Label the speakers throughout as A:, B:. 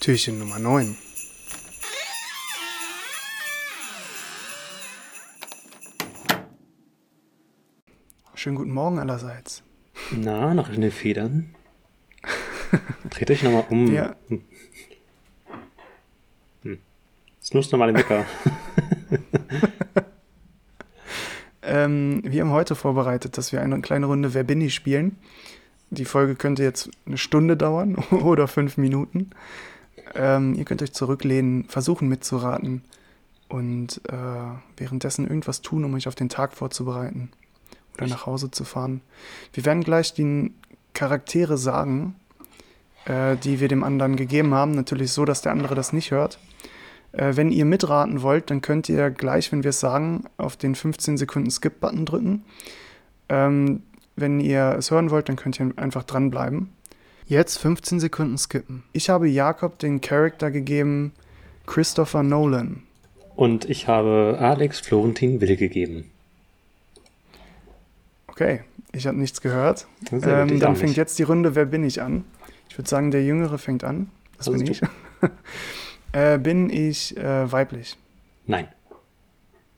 A: Türchen Nummer 9. Schönen guten Morgen allerseits.
B: Na, noch in den Federn. Dreht euch nochmal um.
A: Ja.
B: Hm. Snoost nochmal den Wecker.
A: Ähm, wir haben heute vorbereitet, dass wir eine kleine Runde Wer bin ich spielen. Die Folge könnte jetzt eine Stunde dauern oder fünf Minuten. Ähm, ihr könnt euch zurücklehnen, versuchen mitzuraten und äh, währenddessen irgendwas tun, um euch auf den Tag vorzubereiten oder nach Hause zu fahren. Wir werden gleich die Charaktere sagen, äh, die wir dem anderen gegeben haben. Natürlich so, dass der andere das nicht hört. Äh, wenn ihr mitraten wollt, dann könnt ihr gleich, wenn wir es sagen, auf den 15 Sekunden Skip-Button drücken. Ähm, wenn ihr es hören wollt, dann könnt ihr einfach dranbleiben. Jetzt 15 Sekunden skippen. Ich habe Jakob den Charakter gegeben, Christopher Nolan.
B: Und ich habe Alex Florentin Will gegeben.
A: Okay, ich habe nichts gehört.
B: Sehr gut,
A: Ähm,
B: ich
A: dann
B: auch
A: fängt
B: nicht.
A: jetzt die Runde Wer bin ich an? Ich würde sagen, der Jüngere fängt an. Das
B: Also
A: bin
B: du.
A: ich. äh, bin ich äh, weiblich?
B: Nein.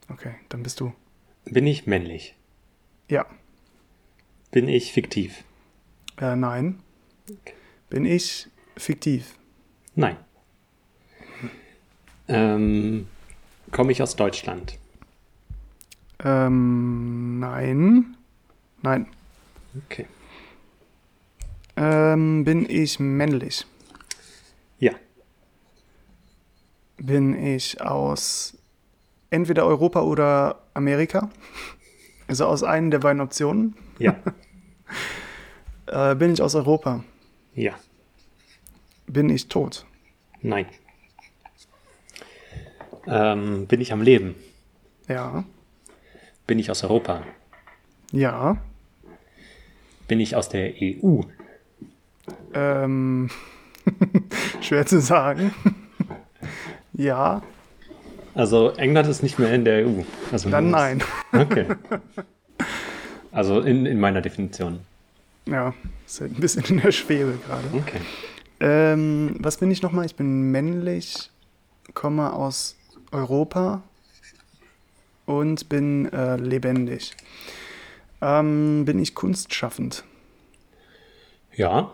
A: Okay, dann bist du.
B: Bin ich männlich?
A: Ja,
B: Bin ich fiktiv?
A: äh, nein. Bin ich fiktiv?
B: Nein. Ähm, Komme ich aus Deutschland?
A: Ähm, nein. Nein.
B: Okay.
A: Ähm, bin ich männlich?
B: Ja.
A: Bin ich aus entweder Europa oder Amerika? Also aus einer der beiden Optionen?
B: Ja.
A: Äh, bin ich aus Europa?
B: ja.
A: Bin ich tot?
B: Nein. Ähm, bin ich am Leben?
A: Ja.
B: Bin ich aus Europa?
A: Ja.
B: Bin ich aus der E EU?
A: Ähm, schwer zu sagen. ja,
B: Also England ist nicht mehr in der EU. Also
A: dann
B: nur-
A: nein.
B: Okay. Also in, in meiner Definition.
A: Ja, ist halt ein bisschen in der Schwebe gerade.
B: Okay.
A: Ähm, was bin ich nochmal? Ich bin männlich, komme aus Europa und bin äh, lebendig. Ähm, bin ich kunstschaffend?
B: Ja,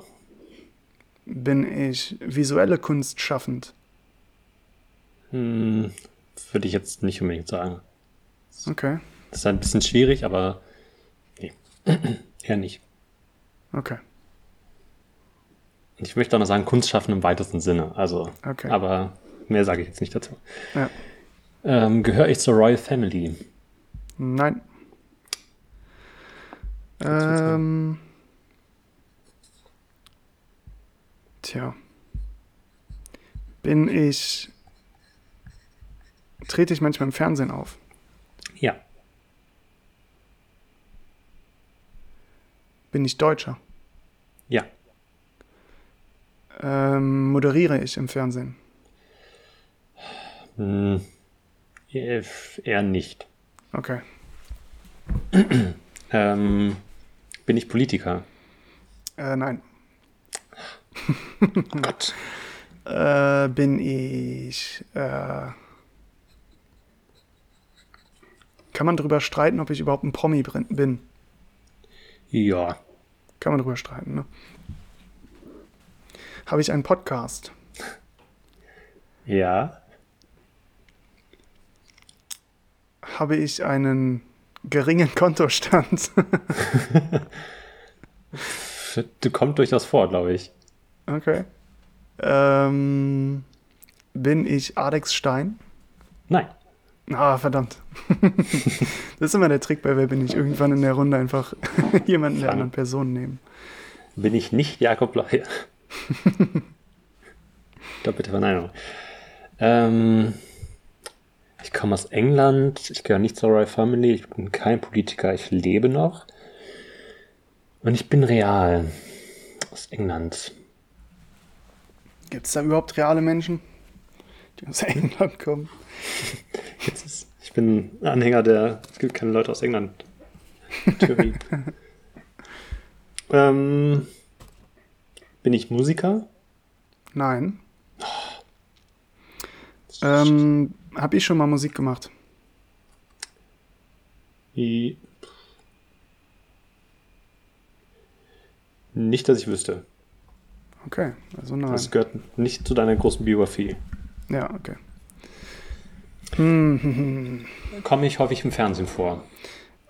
A: Bin ich visuelle Kunst schaffend?
B: hm, würde ich jetzt nicht unbedingt sagen.
A: Okay,
B: Das ist ein bisschen schwierig, aber nee, eher nicht.
A: okay,
B: Und ich möchte auch noch sagen, Kunst schaffen im weitesten Sinne. Also,
A: Okay.
B: aber mehr sage ich jetzt nicht dazu.
A: Ja.
B: Ähm, Gehöre ich zur Royal Family?
A: nein.
B: wird's werden.
A: Ähm, tja. Bin ich. Trete ich manchmal im Fernsehen auf?
B: Ja.
A: Bin ich Deutscher?
B: Ja.
A: Ähm, moderiere ich im Fernsehen?
B: Hm, eher eher nicht.
A: Okay.
B: Ähm, bin ich Politiker?
A: Äh, nein.
B: Oh Gott.
A: Äh, bin ich. Äh, kann man drüber streiten, ob ich überhaupt ein Promi brin- bin?
B: Ja.
A: Kann man drüber streiten, ne? Habe ich einen Podcast?
B: Ja.
A: Habe ich einen geringen Kontostand?
B: Du kommt durchaus vor, glaube ich.
A: okay. Ähm, bin ich Alex Stein?
B: Nein.
A: Ah, verdammt. das ist immer der Trick bei Wer bin ich? Irgendwann in der Runde einfach jemanden der
B: Fragen.
A: anderen Person nehmen.
B: Bin ich nicht Jakob Bleuer? Doppelte Verneinung. Ähm, ich komme aus England, ich gehöre nicht zur Royal Family, ich bin kein Politiker, ich lebe noch. Und ich bin real. Aus England.
A: Gibt es da überhaupt reale Menschen, die aus England kommen?
B: Jetzt ist, ich bin ein Anhänger der. Es gibt keine Leute aus England. Theorie. ähm, bin ich Musiker?
A: Nein. Ähm, hab ich schon mal Musik gemacht?
B: I- Nicht, dass ich wüsste.
A: Okay, also nein.
B: Das gehört nicht zu deiner großen Biografie.
A: Ja, okay. Hm, hm, hm, hm.
B: Komme ich häufig im Fernsehen vor?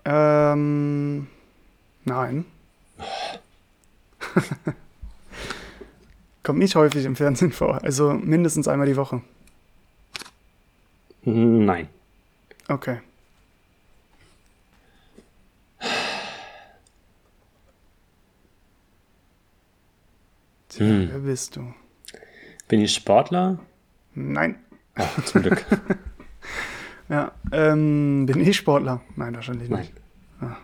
A: Ähm, nein. Kommt nicht häufig im Fernsehen vor, also mindestens einmal die Woche.
B: Nein.
A: Okay. Tja,
B: Hm.
A: wer bist du?
B: Bin ich Sportler?
A: Nein.
B: Ach, zum Glück.
A: Ja, ähm, bin ich Sportler? Nein, wahrscheinlich
B: Nein.
A: nicht. Ah.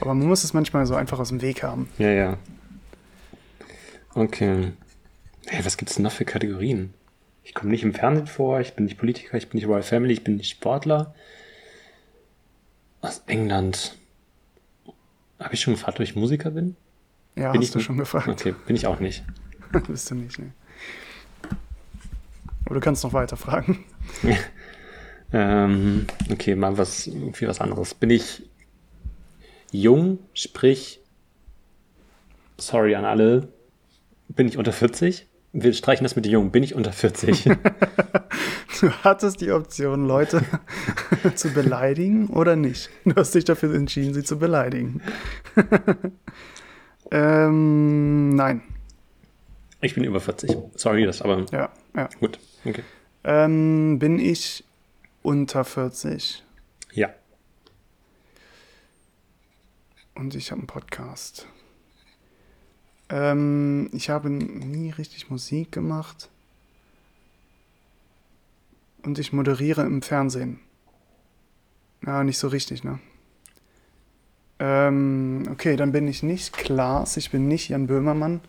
A: Aber man muss es manchmal so einfach aus dem Weg haben.
B: Ja, ja. Okay. Hey, was gibt's denn noch für Kategorien? Ich komme nicht im Fernsehen vor, ich bin nicht Politiker, ich bin nicht Royal Family, ich bin nicht Sportler. Aus England. Habe ich schon gefragt, ob ich Musiker bin?
A: Ja,
B: Bin ich
A: hast du
B: nicht-
A: schon gefragt.
B: Okay, bin ich auch nicht.
A: Bist du nicht, ne? Aber du kannst noch weiter fragen.
B: Ähm, okay, mal was, irgendwie was anderes. Bin ich jung, sprich, sorry an alle, bin ich unter 40? Wir streichen das mit jung, bin ich unter 40?
A: Du hattest die Option, Leute zu beleidigen oder nicht. Du hast dich dafür entschieden, sie zu beleidigen. ähm, nein.
B: ich bin über 40. Sorry, das aber
A: Ja, ja.
B: gut. Okay.
A: Ähm, bin ich unter 40
B: Ja,
A: und ich habe einen Podcast. Ähm, ich habe nie richtig Musik gemacht. Und ich moderiere im Fernsehen. Na, nicht so richtig, ne? Ähm, okay, dann bin ich nicht Klaas, ich bin nicht Jan Böhmermann.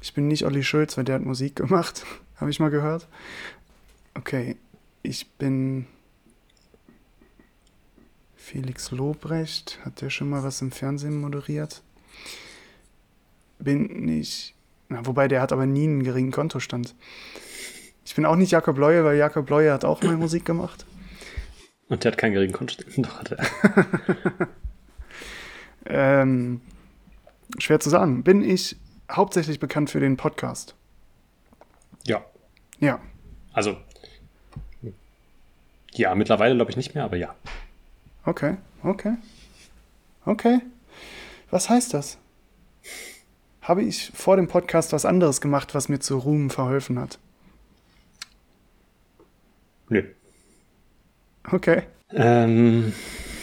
A: Ich bin nicht Olli Schulz, weil der hat Musik gemacht. habe ich mal gehört. Okay, ich bin Felix Lobrecht. Hat der schon mal was im Fernsehen moderiert? Bin ich. Na, wobei, der hat aber nie einen geringen Kontostand. Ich bin auch nicht Jakob Leue, weil Jakob Leue hat auch mal Musik gemacht.
B: und der hat keinen geringen Kontostand. Doch, hat er.
A: Ähm, schwer zu sagen. Bin ich hauptsächlich bekannt für den Podcast?
B: Ja,
A: Ja.
B: also, ja, mittlerweile glaube ich nicht mehr, aber ja.
A: Okay, okay. Okay. Was heißt das? Habe ich vor dem Podcast was anderes gemacht, was mir zu Ruhm verholfen hat?
B: Nö.
A: Okay.
B: Ähm,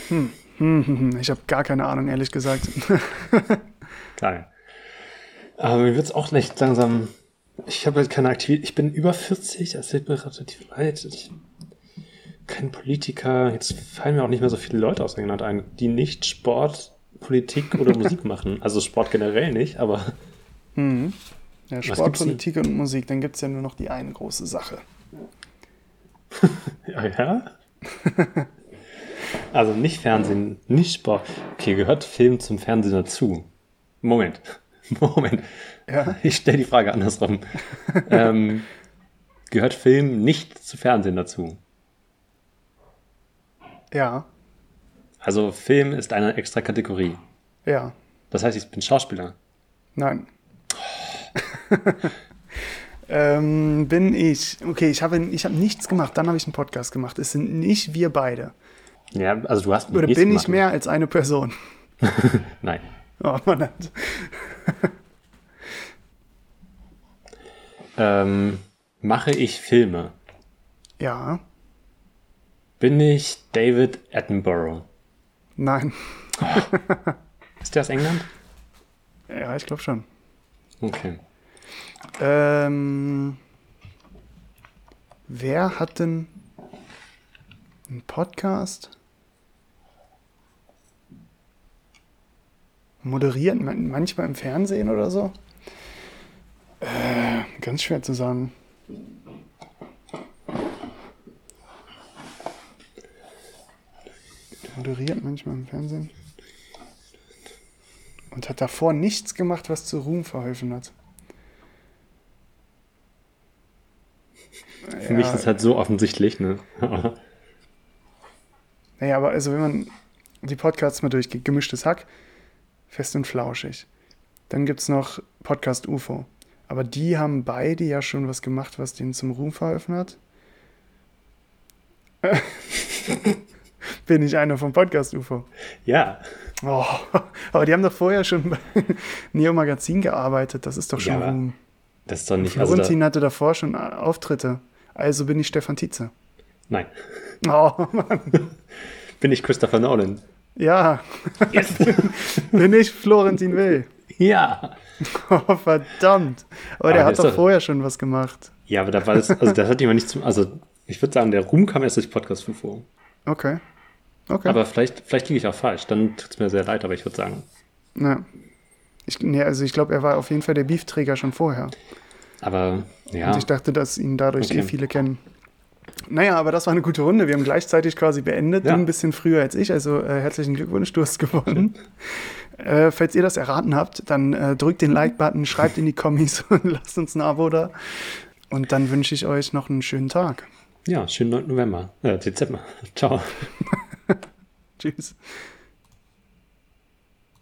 A: Hm, hm, hm. Ich habe gar keine Ahnung, ehrlich gesagt.
B: Geil. Aber mir wird's auch nicht langsam. Ich habe halt keine Aktivität. Ich bin über 40, das wird mir relativ leid. Ich, kein Politiker. Jetzt fallen mir auch nicht mehr so viele Leute aus England ein, die nicht Sport, Politik oder Musik machen. Also Sport generell nicht, aber
A: Hm. Ja, Sport,
B: gibt's denn?
A: Politik und Musik, dann gibt es ja nur noch die eine große Sache.
B: ja. ja. Also nicht Fernsehen, nicht Sport. Okay, gehört Film zum Fernsehen dazu? Moment. Moment.
A: Ja,
B: Ich stelle die Frage andersrum. ähm, gehört Film nicht zu Fernsehen dazu?
A: ja,
B: Also Film ist eine extra Kategorie.
A: ja.
B: Das heißt, ich bin Schauspieler.
A: Nein. ähm, bin ich. Okay, ich habe, ich habe nichts gemacht, dann habe ich einen Podcast gemacht. Es sind nicht wir beide.
B: Ja, also du hast
A: Oder
B: nichts
A: bin ich
B: gemacht.
A: mehr als eine Person?
B: Nein.
A: Oh Mann. das-
B: Ähm, mache ich Filme?
A: Ja,
B: Bin ich David Attenborough?
A: nein.
B: Ist der aus England?
A: Ja, ich glaube schon.
B: Okay.
A: Ähm, wer hat denn einen Podcast? Moderiert man manchmal im Fernsehen oder so? Äh, ganz schwer zu sagen. Moderiert manchmal im Fernsehen. Und hat davor nichts gemacht, was zu Ruhm verholfen hat.
B: Für mich
A: Ja.
B: ist das halt so offensichtlich, ne?
A: Naja, aber also wenn man die Podcasts mal durchgeht, gemischtes Hack, fest und flauschig. Dann gibt es noch Podcast UFO. Aber die haben beide ja schon was gemacht, was denen zum Ruhm verholfen hat. Bin ich einer vom Podcast UFO.
B: ja.
A: Oh, aber die haben doch vorher schon bei Neo Magazin gearbeitet. Das ist doch schon
B: Ja, aber
A: Ruhm.
B: Das ist doch nicht. Also da,
A: Florentin hatte davor schon Auftritte. Also bin ich Stefan Tietze.
B: nein.
A: Oh, Mann.
B: Bin ich Christopher Nolan?
A: Ja,
B: Yes.
A: bin ich Florentin Will.
B: ja.
A: Oh, verdammt. Aber der
B: Aber der
A: hat
B: ist
A: doch
B: doch-
A: vorher schon was gemacht.
B: Ja, aber da war das, also das hat jemand nicht zum, also ich würde sagen, der Ruhm kam erst durch Podcast 5 Uhr.
A: Okay. Okay.
B: Aber vielleicht, vielleicht liege ich auch falsch, dann tut es mir sehr leid, aber ich würde sagen.
A: ja. Ich, nee, also ich glaube, er war auf jeden Fall der Beefträger schon vorher.
B: Aber ja,
A: Und ich dachte, dass ihn dadurch
B: Okay.
A: eh viele kennen. Naja, aber das war eine gute Runde. Wir haben gleichzeitig quasi beendet.
B: Ja.
A: Du ein bisschen früher als ich. Also äh, herzlichen Glückwunsch, du hast gewonnen. Äh, falls ihr das erraten habt, dann äh, drückt den Like-Button, schreibt in die Kommis und lasst uns ein Abo da. Und dann wünsche ich euch noch einen schönen Tag.
B: ja, schönen 9. November, äh, Dezember. Ciao.
A: Tschüss.